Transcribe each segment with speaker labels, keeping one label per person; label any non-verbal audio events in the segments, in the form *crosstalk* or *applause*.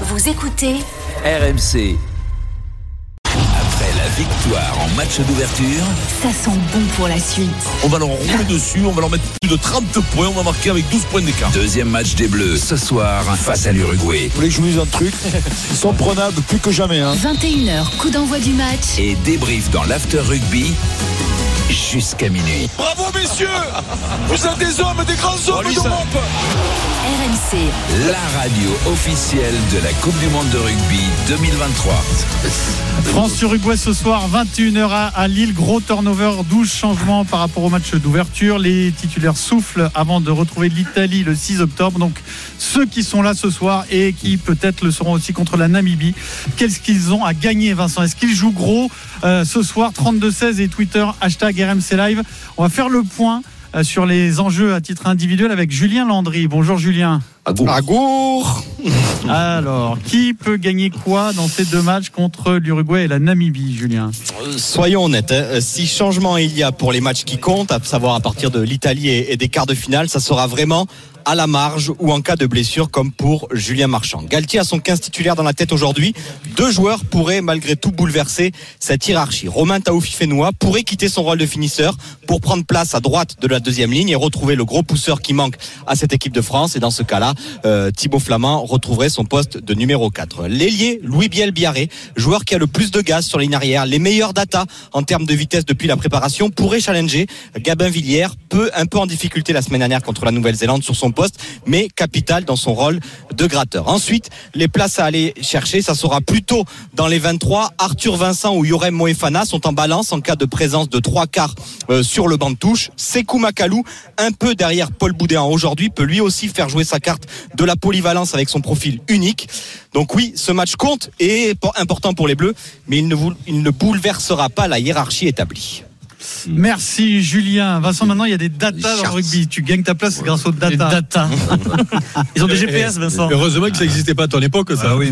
Speaker 1: Vous écoutez
Speaker 2: RMC. Après la victoire en match d'ouverture,
Speaker 1: Ça sent bon pour la suite.
Speaker 3: On va leur rouler dessus, on va leur mettre plus de 30 points, on va marquer avec 12 points d'écart.
Speaker 2: deuxième match des Bleus ce soir face à l'Uruguay.
Speaker 4: voulez que je vous dise un truc
Speaker 5: *laughs*
Speaker 4: Ils sont prenables plus que jamais. Hein.
Speaker 1: 21h, coup d'envoi du match.
Speaker 2: Et débrief dans l'after rugby jusqu'à minuit.
Speaker 3: Bravo messieurs Vous êtes des hommes, des grands hommes d'Europe
Speaker 1: RMC,
Speaker 2: La radio officielle de la Coupe du Monde de rugby 2023.
Speaker 6: France-Uruguay ce soir, 21h à- à Lille. Gros turnover, 12 changements par rapport au match d'ouverture. Les titulaires soufflent avant de retrouver l'Italie le 6 octobre. Donc ceux qui sont là ce soir et qui peut-être le seront aussi contre la Namibie, qu'est-ce qu'ils ont à gagner, Vincent Est-ce qu'ils jouent gros euh, ce soir 32-16 et Twitter, hashtag RMC Live. On va faire le point euh, sur les enjeux à titre individuel avec Julien Landry. Bonjour Julien.
Speaker 4: À gour
Speaker 6: Alors, qui peut gagner quoi dans ces deux matchs contre l'Uruguay et la Namibie, Julien
Speaker 7: Soyons honnêtes, hein, euh, si changement il y a pour les matchs qui comptent, à savoir à partir de l'Italie et et des quarts de finale, ça sera vraiment à la marge ou en cas de blessure comme pour Julien Marchand. Galtier a son 15 titulaire dans la tête aujourd'hui. Deux joueurs pourraient malgré tout bouleverser cette hiérarchie. Romain Taoufifenois pourrait quitter son rôle de finisseur pour prendre place à droite de la deuxième ligne et retrouver le gros pousseur qui manque à cette équipe de France. Et dans ce cas-là, euh, Thibaut Flamand retrouverait son poste de numéro 4. L'ailier Louis Biel Biarré, joueur qui a le plus de gaz sur la ligne arrière, les meilleurs data en termes de vitesse depuis la préparation, pourrait challenger Gabin Villière, peu, un peu en difficulté la semaine dernière contre la Nouvelle-Zélande sur son poste, mais capital dans son rôle de gratteur. Ensuite, les places à aller chercher, ça sera plutôt dans les 23. Arthur Vincent ou Yorem Moefana sont en balance en cas de présence de trois quarts euh, sur le banc de touche. Sekou Makalou, un peu derrière Paul Boudéan aujourd'hui, peut lui aussi faire jouer sa carte de la polyvalence avec son profil unique. Donc oui, ce match compte et est por- important pour les Bleus, mais il ne, voul- il ne bouleversera pas la hiérarchie établie.
Speaker 6: Merci Julien. Vincent, maintenant il y a des data
Speaker 8: Les
Speaker 6: dans le
Speaker 8: charts.
Speaker 6: rugby. Tu gagnes ta place grâce aux data. *laughs*
Speaker 9: Ils ont des GPS, Vincent.
Speaker 3: Heureusement que ça n'existait pas à ton époque, ça. oui.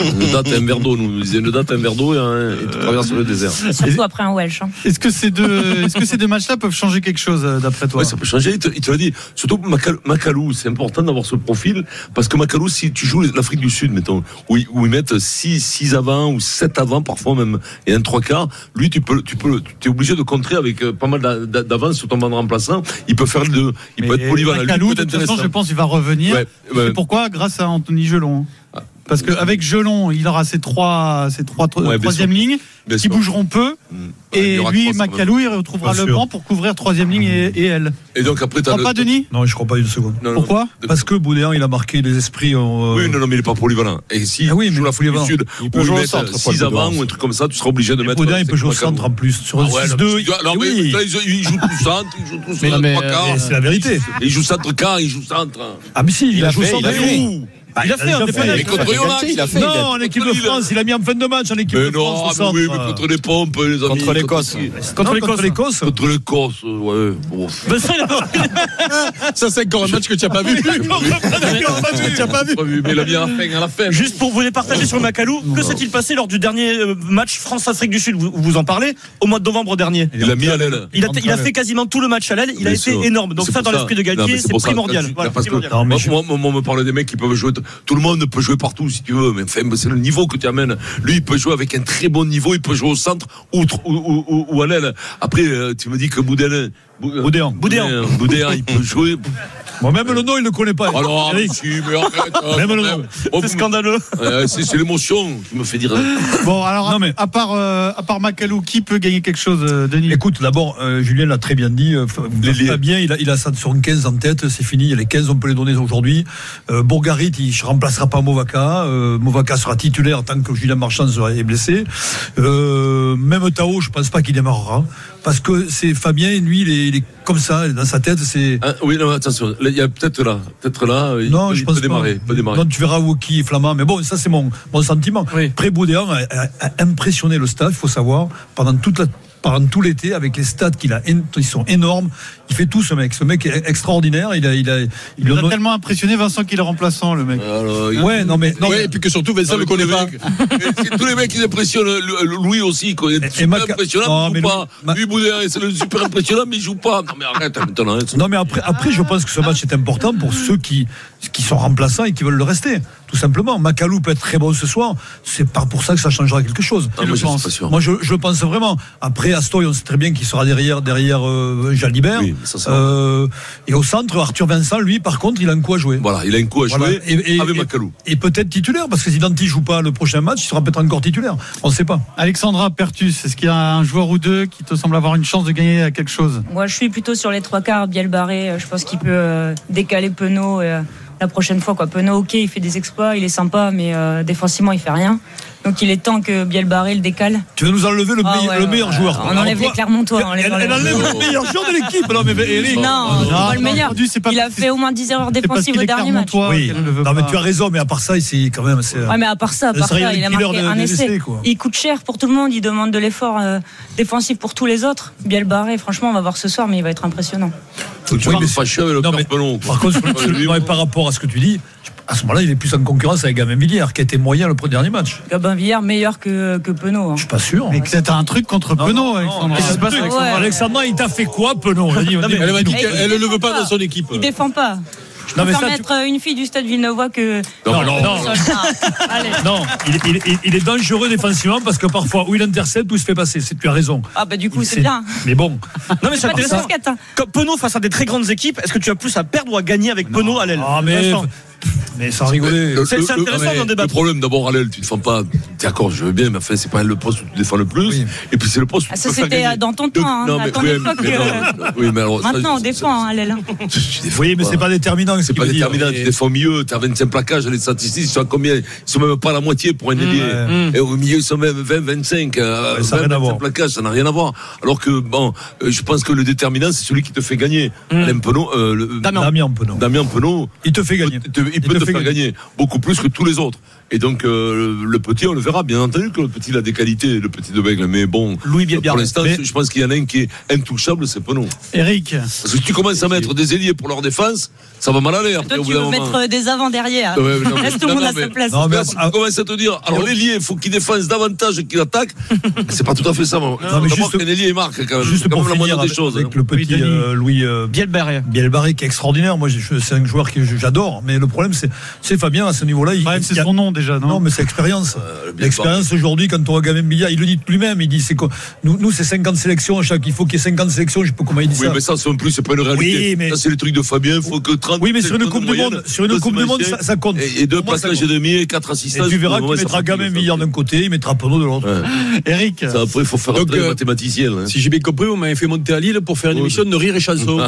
Speaker 8: Une date et un verre d'eau, nous on disait une date un verre d'eau et, un- et tu traverses le désert.
Speaker 10: Surtout après un Welsh. hein.
Speaker 6: Est-ce que ces deux, est-ce que ces deux matchs-là peuvent changer quelque chose euh, d'après toi
Speaker 8: Ouais, ça peut changer, il te, il te l'a dit. Surtout Macal- Macalou, c'est important d'avoir ce profil parce que Macalou, si tu joues l'Afrique du Sud, mettons, où, ils- où ils mettent 6 six avant ou 7 avant parfois même et un 3 quarts, lui, tu peux, tu peux, tu es obligé de contrer avec euh, pas mal d'a- d'a- d'avance sur ton banc de remplaçant. Il peut faire le deux, il peut être polyvalent. Lui,
Speaker 6: Macalou,
Speaker 8: peut
Speaker 6: de
Speaker 8: être
Speaker 6: toute façon,
Speaker 8: intéressant.
Speaker 6: je pense qu'il va revenir.
Speaker 8: Ouais, ouais.
Speaker 6: C'est pourquoi Grâce à Anthony Gelon.
Speaker 8: Ah.
Speaker 6: Parce qu'avec Gelon, il aura ses trois, ses trois
Speaker 8: Ouais, bien
Speaker 6: troisième lignes
Speaker 8: Bien
Speaker 6: qui
Speaker 8: sûr.
Speaker 6: bougeront peu.
Speaker 8: Mm. Ouais, il y
Speaker 6: Et
Speaker 8: aura
Speaker 6: lui,
Speaker 8: trois, ça va.
Speaker 6: Macalou, il retrouvera
Speaker 3: Bien
Speaker 6: le
Speaker 3: sûr.
Speaker 6: banc pour couvrir troisième ligne et, et elle.
Speaker 8: Et donc après, t'as
Speaker 6: Crois
Speaker 8: le-
Speaker 6: pas, Denis
Speaker 4: Non, je crois pas une seconde.
Speaker 8: Non, non,
Speaker 6: Pourquoi
Speaker 8: de-
Speaker 4: Parce que Boudéan, il a marqué les esprits. en, euh,
Speaker 8: Oui, non, non, mais il n'est pas polyvalent. Et si
Speaker 4: Ah oui,
Speaker 8: tu
Speaker 4: mais
Speaker 8: joues l'Afrique du
Speaker 4: polyvalent.
Speaker 8: Sud,
Speaker 7: Il peut
Speaker 8: où ils
Speaker 7: jouer au
Speaker 8: mettent
Speaker 7: centre,
Speaker 8: 6
Speaker 7: Paul Boudoir.
Speaker 8: avant ou un truc comme ça, tu seras obligé de mettre.
Speaker 4: Boudéan, il peut jouer au
Speaker 8: Macalou.
Speaker 4: centre en plus. Sur le
Speaker 8: Ah ouais, non,
Speaker 4: 6-2,
Speaker 8: mais tu dois- non, mais
Speaker 4: Eh oui.
Speaker 8: là, ils, ils jouent tout centre, ils jouent tout centre,
Speaker 9: mais-
Speaker 8: trois quarts.
Speaker 4: mais c'est la vérité.
Speaker 8: Ils jouent centre quart, ils jouent centre.
Speaker 4: Ah, mais si, il, a
Speaker 7: a
Speaker 4: joué
Speaker 7: fait,
Speaker 4: sans
Speaker 7: il a fait.
Speaker 4: Giroud. Bah,
Speaker 9: Il a fait un
Speaker 4: déjà
Speaker 9: dépanage.
Speaker 8: Et contre
Speaker 7: Galtier,
Speaker 8: Yonax.
Speaker 7: il a fait, il a-
Speaker 4: Non, en équipe de
Speaker 8: Contre
Speaker 4: France, il a mis en fin de match en équipe
Speaker 8: Mais
Speaker 4: de
Speaker 8: non, ah,
Speaker 4: France.
Speaker 8: mais
Speaker 4: au
Speaker 8: oui, mais
Speaker 4: centre.
Speaker 8: contre les pompes, les amis.
Speaker 7: Contre l'Écosse.
Speaker 8: qui
Speaker 4: Non,
Speaker 9: Contre
Speaker 4: contre
Speaker 9: l'Écosse.
Speaker 4: l'Écosse. Ben,
Speaker 8: Contre l'Écosse, ouais. Bon.
Speaker 9: Vincent, il a pas-
Speaker 3: Ça, c'est encore un match que tu n'as
Speaker 4: *laughs*
Speaker 3: pas vu.
Speaker 8: Pas vu, Mais il a mis à la fin, à la fin.
Speaker 9: Juste pour vous les partager sur Macalou, que s'est-il passé lors du dernier euh, match France-Afrique du Sud Vous vous en parlez au mois de novembre dernier.
Speaker 8: Il a mis à l'aile.
Speaker 9: Il a, il a fait quasiment tout le match à l'aile, il a
Speaker 8: Bien
Speaker 9: été
Speaker 8: sûr.
Speaker 9: énorme. Donc
Speaker 8: C'est
Speaker 9: ça,
Speaker 8: pour
Speaker 9: dans l'esprit de
Speaker 8: Non, mais
Speaker 9: Galtier,
Speaker 8: c'est
Speaker 9: c'est
Speaker 8: pour ça,
Speaker 9: primordial.
Speaker 8: quand tu-
Speaker 9: Voilà,
Speaker 8: parce que
Speaker 9: primordial.
Speaker 4: Non, mais
Speaker 8: moi,
Speaker 4: je-
Speaker 8: moi, moi, on me parle des mecs qui peuvent jouer. Tout le monde peut jouer partout si tu veux, mais enfin, c'est le niveau que tu amènes. Lui, il peut jouer avec un très bon niveau, il peut jouer au centre ou, tr- ou, ou, ou- ou à l'aile. Après, euh, tu me dis que Boudin. euh,
Speaker 4: Boudéan.
Speaker 8: Boudin, il
Speaker 9: *laughs*
Speaker 8: peut jouer.
Speaker 4: Moi, même le nom, il ne le connaît pas.
Speaker 8: Alors,
Speaker 4: Eric,
Speaker 8: monsieur, mais arrête, hein,
Speaker 4: Même
Speaker 8: quand
Speaker 4: le
Speaker 8: même.
Speaker 4: nom.
Speaker 8: Oh,
Speaker 9: C'est
Speaker 8: vous-
Speaker 9: scandaleux.
Speaker 8: Euh, c'est c'est l'émotion qui me fait dire. hein.
Speaker 6: Bon, alors,
Speaker 4: Non, mais-
Speaker 6: à part, euh, à part Macalou, qui peut gagner quelque chose, euh, Denis
Speaker 4: Écoute, d'abord, euh, Julien l'a très bien dit. euh, fa- Fabien, il a, il a ça de son 15 en tête, c'est fini. Les 15, on peut les donner aujourd'hui. Euh, Bourgarit, il ne remplacera pas Movaca. Euh, Movaca sera titulaire tant que Julien Marchand sera est blessé. Euh, même Tao, je ne pense pas qu'il démarrera. hein, Parce que c'est Fabien, lui, il est, il est comme ça, dans sa tête, c'est.
Speaker 8: Ah, oui, non, attention. là, Il y a peut-être là, peut-être là. euh, il
Speaker 4: Non,
Speaker 8: peut,
Speaker 4: je
Speaker 8: il
Speaker 4: pense
Speaker 8: peut démarrer,
Speaker 4: pas.
Speaker 8: peut démarrer.
Speaker 4: Non, tu verras Woki et Flamand. Mais bon, ça, c'est mon, mon sentiment.
Speaker 9: Oui.
Speaker 4: Pré
Speaker 6: hein,
Speaker 4: Boudéan a, a- a impressionné le stade, il faut savoir, pendant toute la pendant tout l'été, avec les stades qu'il a, en- ils sont énormes.
Speaker 6: Il fait tout ce mec. Ce mec est extraordinaire. Il a, il a, il
Speaker 5: Il
Speaker 6: en
Speaker 5: a tellement impressionné Vincent qu'il est remplaçant, le mec.
Speaker 8: Alors, il-
Speaker 6: Ouais, non mais, non,
Speaker 3: Ouais, et puis que surtout, Vincent
Speaker 8: Non, mais
Speaker 3: le connaît
Speaker 8: tous les
Speaker 3: pas.
Speaker 8: mecs- c'est tous les mecs, ils impressionnent. Le- le- Louis aussi, quoi. Il est
Speaker 6: Et- et
Speaker 8: super
Speaker 6: Maca-
Speaker 8: impressionnant,
Speaker 6: Non,
Speaker 8: mais
Speaker 6: mais
Speaker 8: il joue pas.
Speaker 6: Lou- Ma-
Speaker 8: Louis Boudin, c'est le super impressionnant, mais il joue pas. Non, mais arrête maintenant. hein.
Speaker 6: Non, mais après, après, je pense que ce match est important pour ceux qui, qui sont remplaçants et qui veulent le rester. Tout simplement. Macalou peut être très bon ce soir. C'est pas pour ça que ça changera quelque chose.
Speaker 8: Ah, moi,
Speaker 6: je
Speaker 8: je suis
Speaker 6: pense.
Speaker 8: pas sûr.
Speaker 6: Moi, je, je le pense vraiment. Après, Astoy, on sait très bien qu'il sera derrière, derrière euh, Jalibert.
Speaker 8: Oui, mais ça, ça va.
Speaker 6: Euh, et au centre, Arthur Vincent, lui, par contre, il a un coup à jouer.
Speaker 8: Voilà, il a un coup à jouer
Speaker 6: Voilà. Et- et-
Speaker 8: avec
Speaker 6: et-
Speaker 8: Macalou.
Speaker 6: Et peut-être titulaire, parce que si Danti joue pas le prochain match, il sera peut-être encore titulaire. On ne sait pas.
Speaker 5: Alexandra Pertus, est-ce qu'il y a un joueur ou deux qui te semble avoir une chance de gagner à quelque chose
Speaker 10: Moi, je suis plutôt sur les trois quarts, Biel barré. euh, Je pense qu'il peut euh, décaler Penaud euh, la prochaine fois. Quoi. Penaud, ok, il fait des exploits, il est sympa, mais euh, défensivement, il fait rien. Donc, il est temps que Biel barré le décale.
Speaker 6: Tu veux nous enlever le,
Speaker 10: Ah
Speaker 6: meille-
Speaker 10: ouais,
Speaker 6: le
Speaker 10: ouais,
Speaker 6: meilleur
Speaker 10: ouais.
Speaker 6: joueur.
Speaker 10: On enlève les Clermontois. on enlève
Speaker 6: Elle, elle
Speaker 10: les-
Speaker 6: enlève le meilleur joueur de l'équipe. Non, mais Eric,
Speaker 10: Non, c'est
Speaker 5: non,
Speaker 10: pas le
Speaker 5: non,
Speaker 10: meilleur.
Speaker 5: entendu, c'est pas
Speaker 10: Il a
Speaker 5: parce que-
Speaker 10: fait au moins 10 erreurs
Speaker 5: C'est parce
Speaker 10: défensives
Speaker 5: qu'il
Speaker 10: au
Speaker 5: est
Speaker 10: dernier match.
Speaker 5: Clermontois
Speaker 6: Oui,
Speaker 5: qu'elle ne veut
Speaker 6: non, mais
Speaker 5: pas.
Speaker 6: tu as raison, mais à part ça, c'est quand même. c'est-
Speaker 10: Ouais, mais à part ça, à
Speaker 6: Le
Speaker 10: part
Speaker 6: serial
Speaker 10: ça, il a
Speaker 6: killer
Speaker 10: marqué
Speaker 6: de-
Speaker 10: un
Speaker 6: de
Speaker 10: essai.
Speaker 6: l'essai, quoi.
Speaker 10: Il coûte cher pour tout le monde, il demande de l'effort euh, défensif pour tous les autres. Biel barré, franchement, on va voir ce soir, mais il va être impressionnant.
Speaker 8: Faut que tu
Speaker 6: Oui,
Speaker 8: parles
Speaker 6: mais-
Speaker 8: pas chier avec le
Speaker 6: Non,
Speaker 8: père
Speaker 6: mais-
Speaker 8: Pelon, quoi.
Speaker 6: Par contre, sur le-
Speaker 8: Ouais,
Speaker 6: sur le-
Speaker 8: lui,
Speaker 6: ouais, par rapport à ce que tu dis, je- à ce moment-là, il est plus en concurrence avec Gavin Villière, qui a été moyen le premier dernier match.
Speaker 10: Gabin Villard, meilleur que, que Penaud. hein.
Speaker 6: Je suis pas sûr.
Speaker 5: Mais que t'as un truc contre Penaud, Alexandra.
Speaker 6: Qu'est-ce qui se passe,
Speaker 10: Ouais.
Speaker 6: Alexandre Alexandre, il t'a fait quoi, Penon
Speaker 3: Elle m'a dit
Speaker 10: Mais
Speaker 3: qu'elle
Speaker 10: il
Speaker 3: elle ne le
Speaker 10: défend
Speaker 3: veut pas
Speaker 10: pas.
Speaker 3: dans son équipe.
Speaker 10: Il défend pas. Je
Speaker 6: Non, mais
Speaker 10: préfère
Speaker 6: ça, tu-
Speaker 10: mettre euh, une fille du stade Villeneuve que.
Speaker 6: Non, non, non.
Speaker 10: Sur le terrain. Allez.
Speaker 6: Non, il, il- il- il est dangereux défensivement parce que parfois, où il intercepte, où il se fait passer. C'est- Tu as raison.
Speaker 10: Ah, bah, du coup,
Speaker 6: Il-
Speaker 10: c'est bien.
Speaker 6: Mais bon.
Speaker 11: Non, mais c'est
Speaker 10: Pas de
Speaker 11: intéressant.
Speaker 10: casquette, hein.
Speaker 11: Comme Penaud face à des très grandes équipes, est-ce que tu as plus à perdre ou à gagner avec Penaud à l'aile
Speaker 6: Ah, mais.
Speaker 11: Vincent.
Speaker 6: Mais sans rigoler.
Speaker 8: Le-
Speaker 11: C'est-
Speaker 8: le-
Speaker 11: c'est
Speaker 8: le-
Speaker 11: intéressant
Speaker 8: mais
Speaker 11: d'en débattre.
Speaker 8: Le problème, d'abord, à l'aile, tu ne défends pas. D'accord, je veux bien, mais enfin, c'est pas le poste où tu défends le plus.
Speaker 6: Oui.
Speaker 8: Et puis, c'est le poste où
Speaker 10: Ah,
Speaker 8: tu
Speaker 10: ça,
Speaker 8: peux faire
Speaker 10: c'était,
Speaker 8: gagner.
Speaker 10: euh, dans ton temps, hein,
Speaker 8: Non,
Speaker 10: à
Speaker 8: mais-
Speaker 10: ton
Speaker 8: oui,
Speaker 10: époque,
Speaker 8: mais
Speaker 10: euh,
Speaker 8: non, oui, mais alors, ça,
Speaker 10: Maintenant, on
Speaker 8: ça-
Speaker 10: dépend, hein, Lel.
Speaker 8: Tu- tu défends
Speaker 6: Oui, mais c'est pas déterminant. ce
Speaker 8: C'est
Speaker 6: qu'il
Speaker 8: pas
Speaker 6: veut dire.
Speaker 8: déterminant, tu défends mieux, t'as 25 plaquages, les statistiques, ils sont à combien Ils sont même pas à la moitié pour un ailier.
Speaker 10: Mmh.
Speaker 8: Et au milieu, ils sont même 20, 25. euh,
Speaker 6: Mmh, Ouais, ça a
Speaker 8: 20,
Speaker 6: rien à
Speaker 8: 25
Speaker 6: voir.
Speaker 8: plaquages, ça n'a rien à voir. Alors que, bon, euh, je pense que le déterminant, c'est celui qui te fait gagner.
Speaker 10: Mmh.
Speaker 8: Alain Penaud, euh, le-
Speaker 6: Damien Penon.
Speaker 8: Damien euh, Penaud,
Speaker 6: Il te fait gagner.
Speaker 8: il te- il peut te, faire gagner. beaucoup plus que tous les autres. Et donc, euh, le petit, on le verra, bien entendu que le petit, il a des qualités, le petit de Bègle, mais bon.
Speaker 6: Louis Bielbiarde.
Speaker 8: Pour l'instant,
Speaker 6: Mais-
Speaker 8: je pense qu'il y en a un qui est intouchable, c'est Penaud.
Speaker 5: Eric,
Speaker 8: Parce que si tu commences à mettre des ailiers pour leur défense, ça va mal aller après,
Speaker 10: Toi,
Speaker 8: au bout
Speaker 10: tu
Speaker 8: d'un
Speaker 10: veux
Speaker 8: moment.
Speaker 10: mettre euh, des avants derrière.
Speaker 8: Ah ouais, mais non, mais-
Speaker 10: Laisse tout
Speaker 8: non,
Speaker 10: le monde
Speaker 8: non,
Speaker 10: à
Speaker 8: Ah, mais-
Speaker 10: sa place.
Speaker 6: Non, mais ah,
Speaker 8: Là, si tu commences à te dire, alors l'ailier, il faut qu'il défense davantage
Speaker 6: *laughs*
Speaker 8: qu'il attaque. C'est pas tout à fait ça. Non,
Speaker 6: mais
Speaker 8: mais
Speaker 6: juste-
Speaker 8: juste. l'ailier marque quand même.
Speaker 6: Juste
Speaker 8: C'est quand
Speaker 6: pour
Speaker 8: même la
Speaker 6: finir
Speaker 8: moindre
Speaker 6: avec,
Speaker 8: Euh, des choses.
Speaker 6: avec
Speaker 8: hein.
Speaker 6: le petit
Speaker 5: Oui, Denis.
Speaker 6: euh, Louis euh,
Speaker 5: Biel Barré.
Speaker 6: Bielbarré qui est extraordinaire. Moi, je- c'est un joueur que je- j'adore, mais le problème, c'est, c'est Fabien à ce niveau-là. il-
Speaker 5: Problème,
Speaker 6: il-
Speaker 5: c'est
Speaker 6: il y a-
Speaker 5: son nom déjà, non,
Speaker 6: Non, mais c'est expérience.
Speaker 8: Euh, Bielbarré.
Speaker 6: L'expérience aujourd'hui, quand on voit Gamin Billa, il le dit lui-même. Il dit, c'est quoi Nous, nous, c'est 50 sélections à chaque. Il faut qu'il y ait 50 sélections. Je sais pas comment il dit
Speaker 8: Oui,
Speaker 6: ça.
Speaker 8: mais ça, c'est en plus, c'est pas une réalité.
Speaker 6: mais-
Speaker 8: Ça, c'est le truc de Fabien. Il faut que 30.
Speaker 6: Oui, mais sur une
Speaker 8: 30
Speaker 6: Coupe du
Speaker 8: moyenne,
Speaker 6: Monde, sur une
Speaker 8: deux
Speaker 6: Coupe du Monde,
Speaker 8: semaines,
Speaker 6: ça- ça compte.
Speaker 8: Et, et deux
Speaker 6: Pour moi, ça
Speaker 8: passages et
Speaker 6: compte.
Speaker 8: demi, et quatre
Speaker 6: Et
Speaker 8: assistances.
Speaker 6: tu verras
Speaker 8: Au
Speaker 6: qu'il
Speaker 8: moment, ça
Speaker 6: mettra
Speaker 8: fatigue,
Speaker 6: Gamin
Speaker 8: ça.
Speaker 6: Billa d'un côté, il mettra Penaud de l'autre.
Speaker 8: Ouais.
Speaker 5: Eric,
Speaker 8: Ça, après, il faut faire
Speaker 3: Donc,
Speaker 8: entrer les
Speaker 3: euh,
Speaker 8: mathématiciens. hein.
Speaker 3: Si j'ai bien compris, vous m'avez fait monter à Lille pour faire une
Speaker 8: Oh,
Speaker 3: émission de rire et
Speaker 8: *laughs*
Speaker 3: chanson.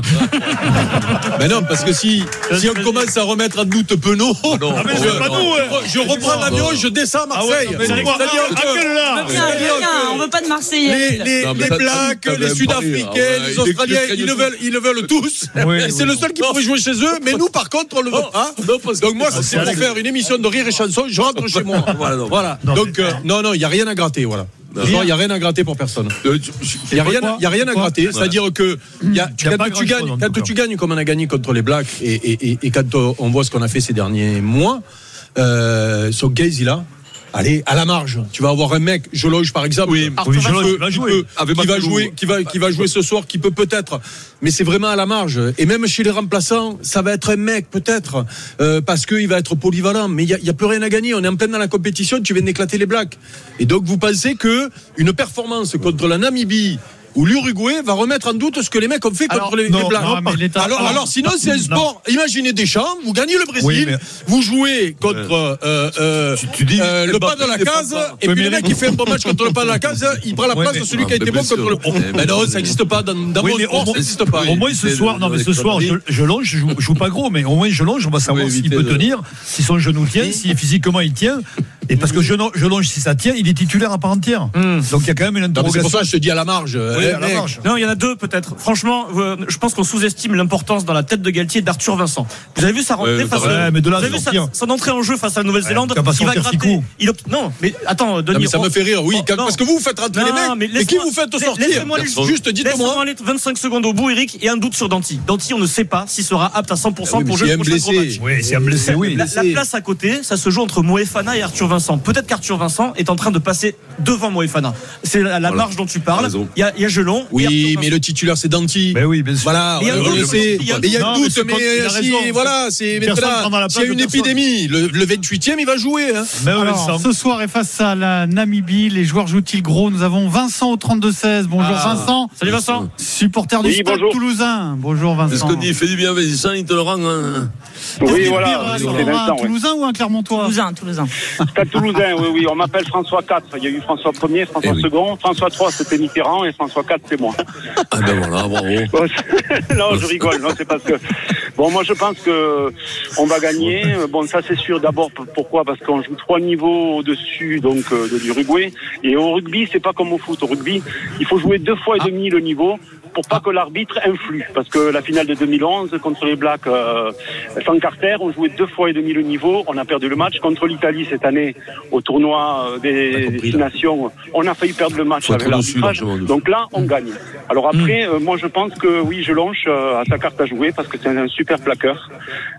Speaker 3: ben non, parce que si, si on commence à remettre en doute Penaud, *laughs*
Speaker 8: non. Ah, mais
Speaker 3: je,
Speaker 8: c'est pas nous, ouais.
Speaker 3: je reprends l'avion, je descends à
Speaker 8: Ah
Speaker 3: Marseille. C'est-à-dire que
Speaker 10: On veut bien, on veut bien, on veut pas de Marseillais.
Speaker 3: les, les,
Speaker 8: Non, mais
Speaker 3: les
Speaker 8: ça-
Speaker 3: Blacks,
Speaker 8: ça- ça
Speaker 3: les
Speaker 8: même
Speaker 3: Sud-Africains,
Speaker 8: pas rire. Ah ouais,
Speaker 3: les
Speaker 8: il est-
Speaker 3: Australiens,
Speaker 8: il est-
Speaker 3: ils le veulent, ils le veulent tous. Et c'est le seul qui pouvait jouer chez eux, mais nous, par contre, on le veut pas.
Speaker 8: Non, parce que-
Speaker 3: Donc moi, c'est pour faire une émission de rire et chanson, je rentre chez moi.
Speaker 8: Voilà, non.
Speaker 3: Voilà. Donc euh, non, non, il y a rien à gratter, voilà. Il n'y a rien à gratter pour personne.
Speaker 8: Euh, tu- tu-
Speaker 3: Il n'y a, rien- y a rien à gratter. C'est-à-dire que y a,
Speaker 6: a
Speaker 3: quand,
Speaker 6: pas
Speaker 3: tu
Speaker 6: grand-chose,
Speaker 3: gagnes,
Speaker 6: en
Speaker 3: quand
Speaker 6: tout cas.
Speaker 3: tu gagnes comme on a gagné contre les Blacks et, et, et- et quand euh, on voit ce qu'on a fait ces derniers mois, euh, son Gaze, il a. Allez, à la marge. Tu vas avoir un mec, je loge par exemple,
Speaker 8: Oui,
Speaker 3: Arthur
Speaker 6: oui,
Speaker 3: Vasseur,
Speaker 6: Jologe, il va
Speaker 3: qui
Speaker 6: jouer.
Speaker 3: peut-
Speaker 8: Avec
Speaker 3: qui va
Speaker 8: Macalou.
Speaker 3: jouer, qui va, qui va jouer ce soir, qui peut peut-être. Mais c'est vraiment à la marge. Et même chez les remplaçants, ça va être un mec peut-être, euh, parce qu'il va être polyvalent. Mais il y a- il y a, plus rien à gagner. On est en plein dans la compétition. Tu viens d'éclater les Blacks. Et donc vous pensez que une performance contre la Namibie ou l'Uruguay va remettre en doute ce que les mecs ont fait contre
Speaker 5: Alors,
Speaker 3: les,
Speaker 5: non,
Speaker 3: les Blacks.
Speaker 5: non, mais l'État-
Speaker 3: alors, alors, sinon c'est un
Speaker 5: Non.
Speaker 3: sport. Imaginez des champs, vous gagnez le Brésil,
Speaker 6: Oui, mais-
Speaker 3: vous jouez contre euh, euh,
Speaker 8: tu dis-
Speaker 3: euh, le pas de la
Speaker 8: Mbappé,
Speaker 3: case
Speaker 8: Mbappé.
Speaker 3: et puis le mec qui fait un bon match contre le pas de la case, il prend la
Speaker 6: Ouais,
Speaker 3: place
Speaker 6: mais-
Speaker 3: de celui qui a
Speaker 8: Ah,
Speaker 3: été
Speaker 8: mais
Speaker 3: bon
Speaker 8: bien
Speaker 3: contre le.
Speaker 8: sûr. Eh,
Speaker 3: Mais non, ça n'existe pas. Dans, dans
Speaker 6: Oui,
Speaker 3: mon
Speaker 6: mais au
Speaker 3: sport, ça
Speaker 6: moins-
Speaker 3: n'existe pas.
Speaker 6: Au moins ce
Speaker 8: c'est
Speaker 6: soir,
Speaker 8: le-
Speaker 6: non mais ce
Speaker 8: les
Speaker 6: soir, je,
Speaker 8: conneries.
Speaker 6: je longe, je joue, je joue pas gros, mais au moins je longe, on va savoir
Speaker 8: Oui,
Speaker 6: s'il
Speaker 8: éviter
Speaker 6: peut
Speaker 8: de-
Speaker 6: tenir, si son genou tient, si physiquement il tient.
Speaker 4: Et parce que Jelonge, Jelonge, si ça tient, il est titulaire à part entière. Donc il y a quand même une
Speaker 3: Non, mais C'est pour
Speaker 4: interrogation.
Speaker 3: ça que je te dis à la marge.
Speaker 4: Oui,
Speaker 3: Eh,
Speaker 4: à la
Speaker 3: mec,
Speaker 4: marge.
Speaker 9: Non, il y en a deux peut-être. Franchement, euh, je pense qu'on sous-estime l'importance dans la tête de Galtier d'Arthur Vincent. Vous avez vu sa rentrée
Speaker 8: Ouais,
Speaker 9: face
Speaker 8: ouais,
Speaker 9: à
Speaker 4: mais de là à
Speaker 9: Vous avez vu sa-
Speaker 4: sortir.
Speaker 9: son entrée en jeu face à la Nouvelle-Zélande
Speaker 4: Ouais, t'as pas
Speaker 9: Il va
Speaker 4: sortir six
Speaker 9: gratter.
Speaker 4: coups.
Speaker 9: Il obt- Non, mais attends, Denis.
Speaker 3: Ah Non, mais ça
Speaker 9: on-
Speaker 3: me fait rire, oui.
Speaker 9: Oh,
Speaker 3: quand-
Speaker 9: non.
Speaker 3: Parce que vous, vous faites rentrer les
Speaker 9: Non,
Speaker 3: mecs.
Speaker 9: mais
Speaker 3: Mais qui
Speaker 9: laisse-moi-
Speaker 3: vous faites
Speaker 9: la-
Speaker 3: sortir
Speaker 9: laissez-moi aller-
Speaker 3: Juste dites-moi.
Speaker 9: Laisse-moi aller 25 secondes au bout, Eric, et un doute sur Danti. Danti, on ne sait pas s'il sera apte à 100%
Speaker 3: Ah oui, mais
Speaker 9: pour
Speaker 3: s'il
Speaker 9: jouer
Speaker 3: aime
Speaker 9: le prochain gros
Speaker 3: blessé.
Speaker 9: match.
Speaker 4: Oui, c'est un blessé, oui.
Speaker 9: La, la place à côté, ça se joue entre Moefana et Arthur Vincent. Peut-être qu'Arthur Vincent est en train de passer devant Moefana. C'est la, la
Speaker 8: Voilà.
Speaker 9: marge dont tu parles.
Speaker 8: Raison.
Speaker 9: Il y a, il y a Gelon. et
Speaker 3: Oui,
Speaker 9: Arthur
Speaker 3: mais le titulaire, c'est Danti.
Speaker 4: Ben oui, bien sûr.
Speaker 3: Voilà,
Speaker 9: Il y a un
Speaker 3: on
Speaker 9: doute,
Speaker 3: le sait.
Speaker 9: il y a un
Speaker 3: Mais Il y a un
Speaker 6: doute.
Speaker 3: doute,
Speaker 6: Non, mais
Speaker 3: mais euh,
Speaker 6: c'est quand- il a
Speaker 3: si,
Speaker 6: raison.
Speaker 3: voilà, c'est. mais
Speaker 6: Personne
Speaker 3: voilà,
Speaker 6: prendra la
Speaker 3: S'il y a
Speaker 6: place
Speaker 3: une
Speaker 6: de personne.
Speaker 3: épidémie, le, le 28e, il va jouer. hein.
Speaker 8: Ben
Speaker 4: Mais ouais, ça-
Speaker 6: Alors, ce soir est face à la Namibie. Les joueurs jouent-ils gros Nous avons Vincent au 32-16. Bonjour
Speaker 8: Ah.
Speaker 6: Vincent.
Speaker 9: Salut Vincent.
Speaker 6: Supporter du
Speaker 12: Oui,
Speaker 6: Stade
Speaker 12: bonjour.
Speaker 6: Toulousain. Bonjour
Speaker 8: C'est ce
Speaker 6: Vincent.
Speaker 8: qu'on dit, il fait du bien, Vincent, il te le rend. hein.
Speaker 6: Qu'est-ce qui
Speaker 12: Oui,
Speaker 6: est pire,
Speaker 12: voilà,
Speaker 6: hein,
Speaker 12: c'est
Speaker 6: Laurent, un
Speaker 12: Vincent. oui.
Speaker 6: Toulousain ou un Clermontois
Speaker 10: Toulousain, Toulousain.
Speaker 12: *laughs* Stade Toulousain, oui, oui, on m'appelle François IV. Il y a eu François 1er, François
Speaker 8: Eh oui.
Speaker 12: 2 François 3 c'était Mitterrand et François 4 c'est moi.
Speaker 8: Ah ben voilà, bravo.
Speaker 12: Bon, c'est- *laughs* non, je rigole, non, c'est parce que. *laughs* Bon, moi je pense que on va gagner. Euh, Bon, ça c'est sûr. D'abord, p- pourquoi Parce qu'on joue trois niveaux au-dessus donc euh, de l'Uruguay. Et au rugby, c'est pas comme au foot. Au rugby, il faut jouer deux fois et
Speaker 8: Ah.
Speaker 12: demi le niveau pour pas que l'arbitre influe. Parce que la finale de 2011 contre les Blacks, euh, sans Carter, on jouait deux fois et demi le niveau. On a perdu le match contre l'Italie cette année au tournoi euh,
Speaker 8: On a
Speaker 12: des,
Speaker 8: compris,
Speaker 12: des
Speaker 8: là.
Speaker 12: Nations. On a failli perdre le match
Speaker 8: Faut
Speaker 12: avec
Speaker 8: être dessus,
Speaker 12: l'arbitrage.
Speaker 8: largement dessus.
Speaker 12: Donc là, on gagne. Alors après, euh, moi je pense que oui, je lance à sa carte à jouer parce que c'est un super plaqueur.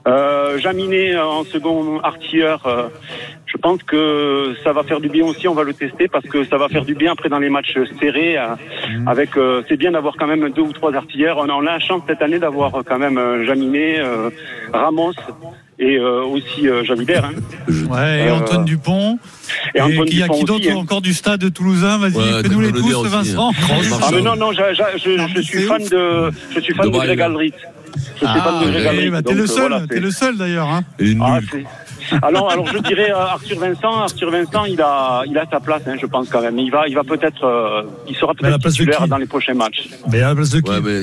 Speaker 12: Euh, Jaminet euh, en second artilleur, euh, je pense que ça va faire du bien aussi. On va le tester parce que ça va faire du bien après dans les matchs serrés. euh,
Speaker 6: Mhm.
Speaker 12: Avec, euh, c'est bien d'avoir quand même deux ou trois artilleurs. On a, on a la chance cette année d'avoir euh, quand même euh, Jaminet, euh, Ramos et euh, aussi euh, Jalibert. hein.
Speaker 6: Ouais, et
Speaker 12: Euh,
Speaker 6: Antoine Dupont.
Speaker 12: Et Antoine
Speaker 6: qu'il y a
Speaker 12: Dupont
Speaker 6: qui
Speaker 12: aussi,
Speaker 6: d'autre
Speaker 12: hein.
Speaker 6: encore du Stade Toulousain Vas-y,
Speaker 8: Ouais,
Speaker 6: fais-nous les
Speaker 8: t'as le dire
Speaker 6: tous,
Speaker 8: aussi,
Speaker 6: Vincent.
Speaker 8: hein.
Speaker 12: Ah mais non non, j'a- j'a- je,
Speaker 6: Non, mais
Speaker 12: je
Speaker 6: c'est
Speaker 12: suis fan
Speaker 6: ouf.
Speaker 12: de, je suis fan
Speaker 8: De
Speaker 12: de,
Speaker 8: Braille.
Speaker 12: Greg Aldrit. Je suis fan
Speaker 6: Ah,
Speaker 12: de
Speaker 6: oui,
Speaker 12: Greg Aldrit.
Speaker 6: bah, t'es
Speaker 12: donc,
Speaker 6: le
Speaker 12: euh,
Speaker 6: seul,
Speaker 12: voilà,
Speaker 6: t'es
Speaker 12: c'est-
Speaker 6: le seul d'ailleurs. hein.
Speaker 8: Il est nul.
Speaker 12: Ah, c'est- alors, alors je dirais euh, Arthur Vincent. Arthur Vincent, il a, il a sa place, hein, je pense quand même. Il va, il va peut-être, euh, il sera
Speaker 4: Mais à la
Speaker 12: peut-être
Speaker 4: place de
Speaker 12: titulaire
Speaker 4: qui
Speaker 12: dans les prochains matchs.
Speaker 4: Mais à la place de qui
Speaker 8: Ouais, mais.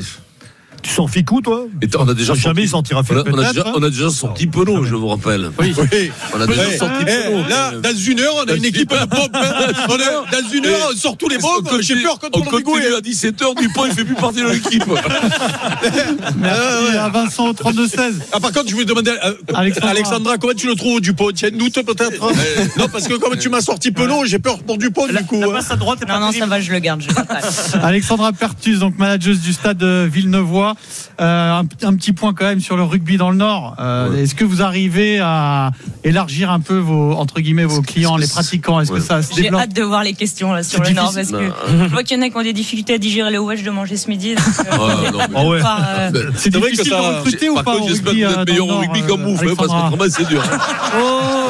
Speaker 4: Tu s'en ficou, toi
Speaker 8: Et on a déjà
Speaker 4: Jamais il
Speaker 8: sorti,
Speaker 4: sortira
Speaker 8: on a,
Speaker 4: fait
Speaker 8: on a
Speaker 4: peut-être. hein.
Speaker 8: déjà, on a déjà sorti Penaud, je vous rappelle. Oui.
Speaker 3: Oui.
Speaker 8: On a déjà
Speaker 3: Ouais.
Speaker 8: sorti
Speaker 3: Eh,
Speaker 8: Penaud.
Speaker 3: là, dans une heure, on a une équipe de bombes. On a-
Speaker 8: *laughs*
Speaker 3: dans une heure, on sort tous les bombes. J'ai peur quand
Speaker 8: on
Speaker 3: on hein. le
Speaker 8: continue à 17h, Dupont, il fait plus partie de l'équipe.
Speaker 6: Merci à Vincent au 32-16.
Speaker 3: *laughs* Ah, par contre, je voulais demander, euh,
Speaker 6: Alexandra.
Speaker 3: Alexandra. comment tu le trouves, Dupont Tu as une doute peut-être Non, parce que comme tu m'as sorti Penaud, j'ai peur pour Dupont,
Speaker 9: La,
Speaker 3: du coup.
Speaker 9: la
Speaker 3: hein.
Speaker 9: passe à droite est
Speaker 10: Non,
Speaker 9: pas
Speaker 10: non,
Speaker 9: terrible.
Speaker 10: ça va, je
Speaker 8: *laughs*
Speaker 10: le garde. Je le garde.
Speaker 6: Alexandra Pertus, donc manageuse du stade euh, Villeneuvois. Euh, un, p- un petit point quand même sur le rugby dans le Nord. Euh, Est-ce que vous arrivez à élargir un peu vos entre guillemets vos clients, les pratiquants Est-ce que
Speaker 8: Ouais.
Speaker 6: ça se
Speaker 10: J'ai
Speaker 6: développe
Speaker 10: hâte de voir les questions là, sur
Speaker 6: C'est
Speaker 10: le Nord parce
Speaker 6: difficile.
Speaker 10: que je vois qu'il y en a qui ont des difficultés à digérer le wesh de manger ce midi. donc, euh,
Speaker 8: Ah, non, mais-
Speaker 4: Ah ouais.
Speaker 10: par, euh,
Speaker 6: C'est
Speaker 3: C'est vrai que
Speaker 6: difficile
Speaker 3: ça-
Speaker 6: de recruter ou
Speaker 8: Par
Speaker 6: pas
Speaker 8: contre,
Speaker 6: au
Speaker 8: j'espère que
Speaker 6: rugby
Speaker 8: vous
Speaker 6: euh,
Speaker 8: êtes
Speaker 6: dans le
Speaker 8: meilleur au
Speaker 6: Nord,
Speaker 8: rugby qu'en
Speaker 6: euh,
Speaker 8: bouffe, hein, parce
Speaker 6: Alexandra
Speaker 8: qu'autrement, c'est dur.
Speaker 10: Oh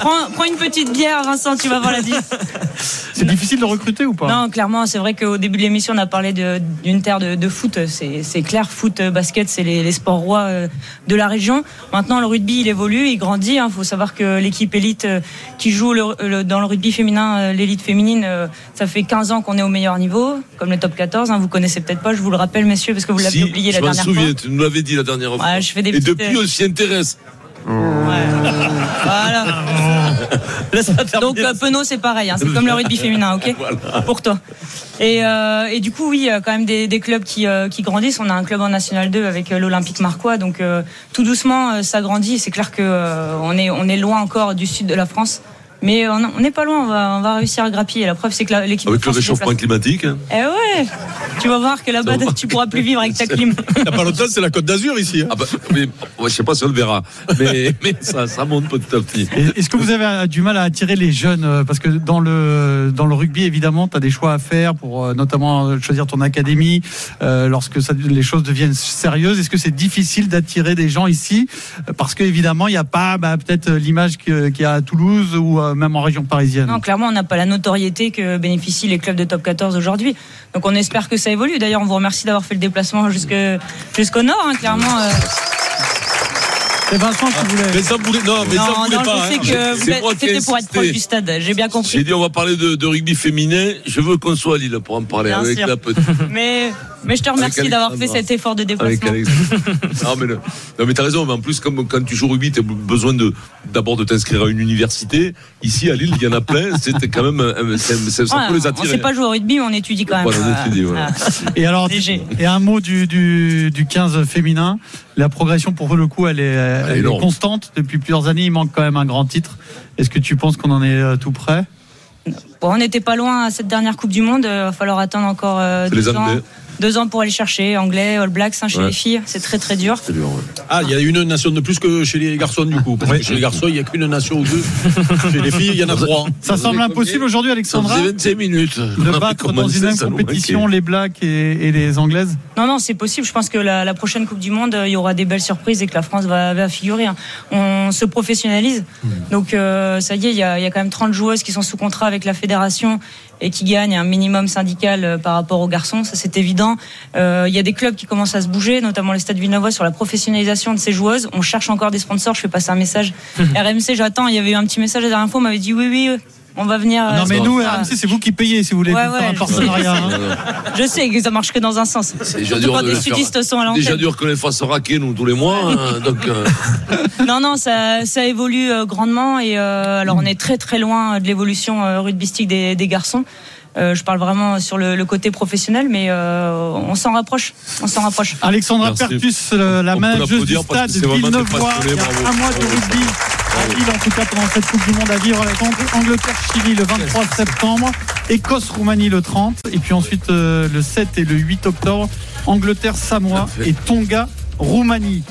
Speaker 10: prends, prends une petite bière, Vincent, tu vas voir la diff.
Speaker 6: C'est difficile de recruter ou pas
Speaker 10: Non, clairement, c'est vrai qu'au début de l'émission, on a parlé de- d'une terre de, de foot. C'est c'est clair, foot, euh, basket, c'est les, les sports rois euh, de la région. Maintenant, le rugby, il évolue, il grandit. Il faut savoir que l'équipe élite euh, qui joue le- le- dans le rugby féminin, euh, l'élite féminine, euh, ça fait 15 ans qu'on est au meilleur niveau, comme le top 14. hein. vous connaissez peut-être pas, je vous le rappelle, messieurs, parce que vous l'avez
Speaker 8: Si,
Speaker 10: oublié la
Speaker 8: je m'en
Speaker 10: dernière
Speaker 8: souviens, tu nous l'avais dit la dernière
Speaker 10: fois.
Speaker 8: fois.
Speaker 10: Ouais, je fais des
Speaker 8: Et
Speaker 10: petites,
Speaker 8: depuis,
Speaker 10: euh,
Speaker 8: on s'y intéresse.
Speaker 10: ouais. Voilà.
Speaker 8: *laughs*
Speaker 9: Laisse-la
Speaker 10: Donc
Speaker 9: terminer.
Speaker 10: euh, Penaud, c'est pareil, hein, c'est comme le rugby féminin, ok Pour toi. Et, euh, et du coup, oui, euh, quand même des, des clubs qui, euh, qui grandissent. On a un club en National 2 avec euh, l'Olympique Marquois, donc euh, tout doucement, euh, ça grandit. C'est clair que euh, on est on est loin encore du sud de la France, mais euh, on on n'est pas loin. On va on va réussir à grappiller. La preuve, c'est que la- l'équipe de
Speaker 8: Avec le
Speaker 10: France se
Speaker 8: réchauffement climatique. hein.
Speaker 10: déplace. Eh ouais, tu vas voir que là-bas,
Speaker 8: Ça va.
Speaker 10: tu pourras plus vivre avec
Speaker 8: *laughs*
Speaker 10: ta clim.
Speaker 3: Il n'y a pas longtemps, c'est la Côte d'Azur ici. hein.
Speaker 8: Ah bah, mais, ouais, je sais pas si on le verra. Mais, *laughs* mais ça, ça monte petit à petit.
Speaker 6: Et- Est-ce que vous avez euh, du mal à attirer les jeunes euh, Parce que dans le, dans le rugby, évidemment, tu as des choix à faire pour euh, notamment euh, choisir ton académie euh, lorsque ça- les choses deviennent sérieuses. Est-ce que c'est difficile d'attirer des gens ici Euh, Parce qu'évidemment, il n'y a pas bah, peut-être euh, l'image que- qu'il y a à Toulouse ou euh, même en région parisienne.
Speaker 10: Non, clairement, on n'a pas la notoriété que bénéficient les clubs de top 14 aujourd'hui. Donc on espère que ça évolue. D'ailleurs, on vous remercie d'avoir fait le déplacement jusque- jusqu'au nord, hein, clairement. euh.
Speaker 6: C'est Vincent qui voulait.
Speaker 8: Mais ça, vous voulez, non, mais ça, vous
Speaker 10: Non,
Speaker 8: voulez
Speaker 10: non,
Speaker 8: pas.
Speaker 10: je sais
Speaker 8: hein.
Speaker 10: que
Speaker 8: C'est moi
Speaker 10: vous-
Speaker 8: qui ai
Speaker 10: c'était pour être
Speaker 8: insisté.
Speaker 10: proche du stade, j'ai bien
Speaker 8: *laughs*
Speaker 10: compris.
Speaker 8: J'ai dit, on va parler de, de rugby féminin. Je veux qu'on soit à Lille pour en parler
Speaker 10: Bien
Speaker 8: avec
Speaker 10: sûr.
Speaker 8: la
Speaker 10: *laughs*
Speaker 8: petite.
Speaker 10: Mais, mais je te remercie
Speaker 8: Avec
Speaker 10: d'avoir fait
Speaker 8: Alexandra.
Speaker 10: cet effort de
Speaker 8: Avec
Speaker 10: déplacement.
Speaker 8: Alex. non, mais, le- non, mais t'as raison. Mais en plus, comme quand tu joues au rugby, t'as besoin de, d'abord de t'inscrire à une université. Ici, à Lille, il y en a plein. C'était quand même, euh, c'est- c'est- ça
Speaker 10: Ouais,
Speaker 8: peut les
Speaker 10: on ne
Speaker 8: attirer.
Speaker 10: sait pas jouer au rugby, mais on étudie quand même. Ah.
Speaker 8: Voilà, on étudie, voilà.
Speaker 6: Et alors,
Speaker 10: Léger.
Speaker 6: et un mot du, du, du 15 féminin. La progression, pour le coup, elle est, elle est
Speaker 8: énorme.
Speaker 6: constante. Depuis plusieurs années, il manque quand même un grand titre. Est-ce que tu penses qu'on en est euh, tout près
Speaker 10: Bon, on n'était pas loin à cette dernière Coupe du Monde. Il va falloir attendre encore euh,
Speaker 8: C'est les
Speaker 10: deux, ans,
Speaker 8: Anglais.
Speaker 10: deux ans pour aller chercher. Anglais, All Blacks hein, chez
Speaker 8: Ouais.
Speaker 10: les filles, c'est très très dur.
Speaker 8: C'est dur, ouais.
Speaker 3: Ah, il y a une nation de plus que chez les garçons, du coup. Parce que chez les garçons, il n'y a qu'une nation ou deux. chez les filles, il y en a trois.
Speaker 6: Ça semble impossible aujourd'hui,
Speaker 8: Ça
Speaker 6: Alexandra,
Speaker 8: faisait 25 minutes. On a
Speaker 6: de
Speaker 8: fait
Speaker 6: battre
Speaker 8: comment
Speaker 6: dans
Speaker 8: c'est,
Speaker 6: une même
Speaker 8: ça nous manquait.
Speaker 6: compétition les Blacks et, et les Anglaises.
Speaker 10: Non, non, c'est possible. Je pense que la, la prochaine Coupe du Monde, euh, il y aura des belles surprises et que la France va, va figurer. hein. On se professionnalise.
Speaker 8: Hmm.
Speaker 10: Donc, euh, ça y est, il y, a, il y a quand même 30 joueuses qui sont sous contrat avec la fédération et qui gagnent un minimum syndical euh, par rapport aux garçons. Ça, c'est évident. Euh, il y a des clubs qui commencent à se bouger, notamment le Stade Villeneuve sur la professionnalisation de ces joueuses. On cherche encore des sponsors. Je fais passer un message.
Speaker 8: Hmm.
Speaker 10: RMC, j'attends. Il y avait eu un petit message la dernière fois. On m'avait dit oui, oui, euh, on va venir.
Speaker 8: Ah
Speaker 10: euh,
Speaker 6: non, mais
Speaker 10: sponsor.
Speaker 6: nous, RMC, c'est vous qui payez si vous voulez
Speaker 10: Ouais,
Speaker 6: faire
Speaker 10: ouais,
Speaker 6: un
Speaker 10: je
Speaker 6: partenariat. hein.
Speaker 10: Ah, Je sais que ça marche que dans un sens.
Speaker 8: déjà
Speaker 10: Surtout
Speaker 8: dur
Speaker 10: quand
Speaker 8: de
Speaker 10: des
Speaker 8: le faire.
Speaker 10: sudistes sont à l'antenne.
Speaker 8: Déjà dur qu'on les fasse raquer, nous, tous les mois. hein, donc, euh,
Speaker 10: *laughs* Non, non, ça, ça évolue euh, grandement et euh, alors on est très très loin de l'évolution euh, rugbystique des, des garçons. Euh, je parle vraiment sur le, le côté professionnel, mais euh, on s'en rapproche. On s'en rapproche.
Speaker 6: Alexandra
Speaker 8: Merci.
Speaker 6: Pertus, euh, la
Speaker 8: On peut
Speaker 6: manageuse du
Speaker 8: l'applaudir parce
Speaker 6: stade
Speaker 8: que c'est vraiment
Speaker 6: Villeneuve-Bois.
Speaker 8: très
Speaker 6: Il y
Speaker 8: passionné,
Speaker 6: a
Speaker 8: bravo.
Speaker 6: un mois de
Speaker 8: Bravo.
Speaker 6: rugby à Lille, en tout cas pendant cette Coupe du Monde à vivre contre Angleterre-Chili le 23 septembre, Écosse-Roumanie le 30, et puis ensuite euh, le 7 et le 8 octobre, Angleterre-Samoa et Tonga-Roumanie.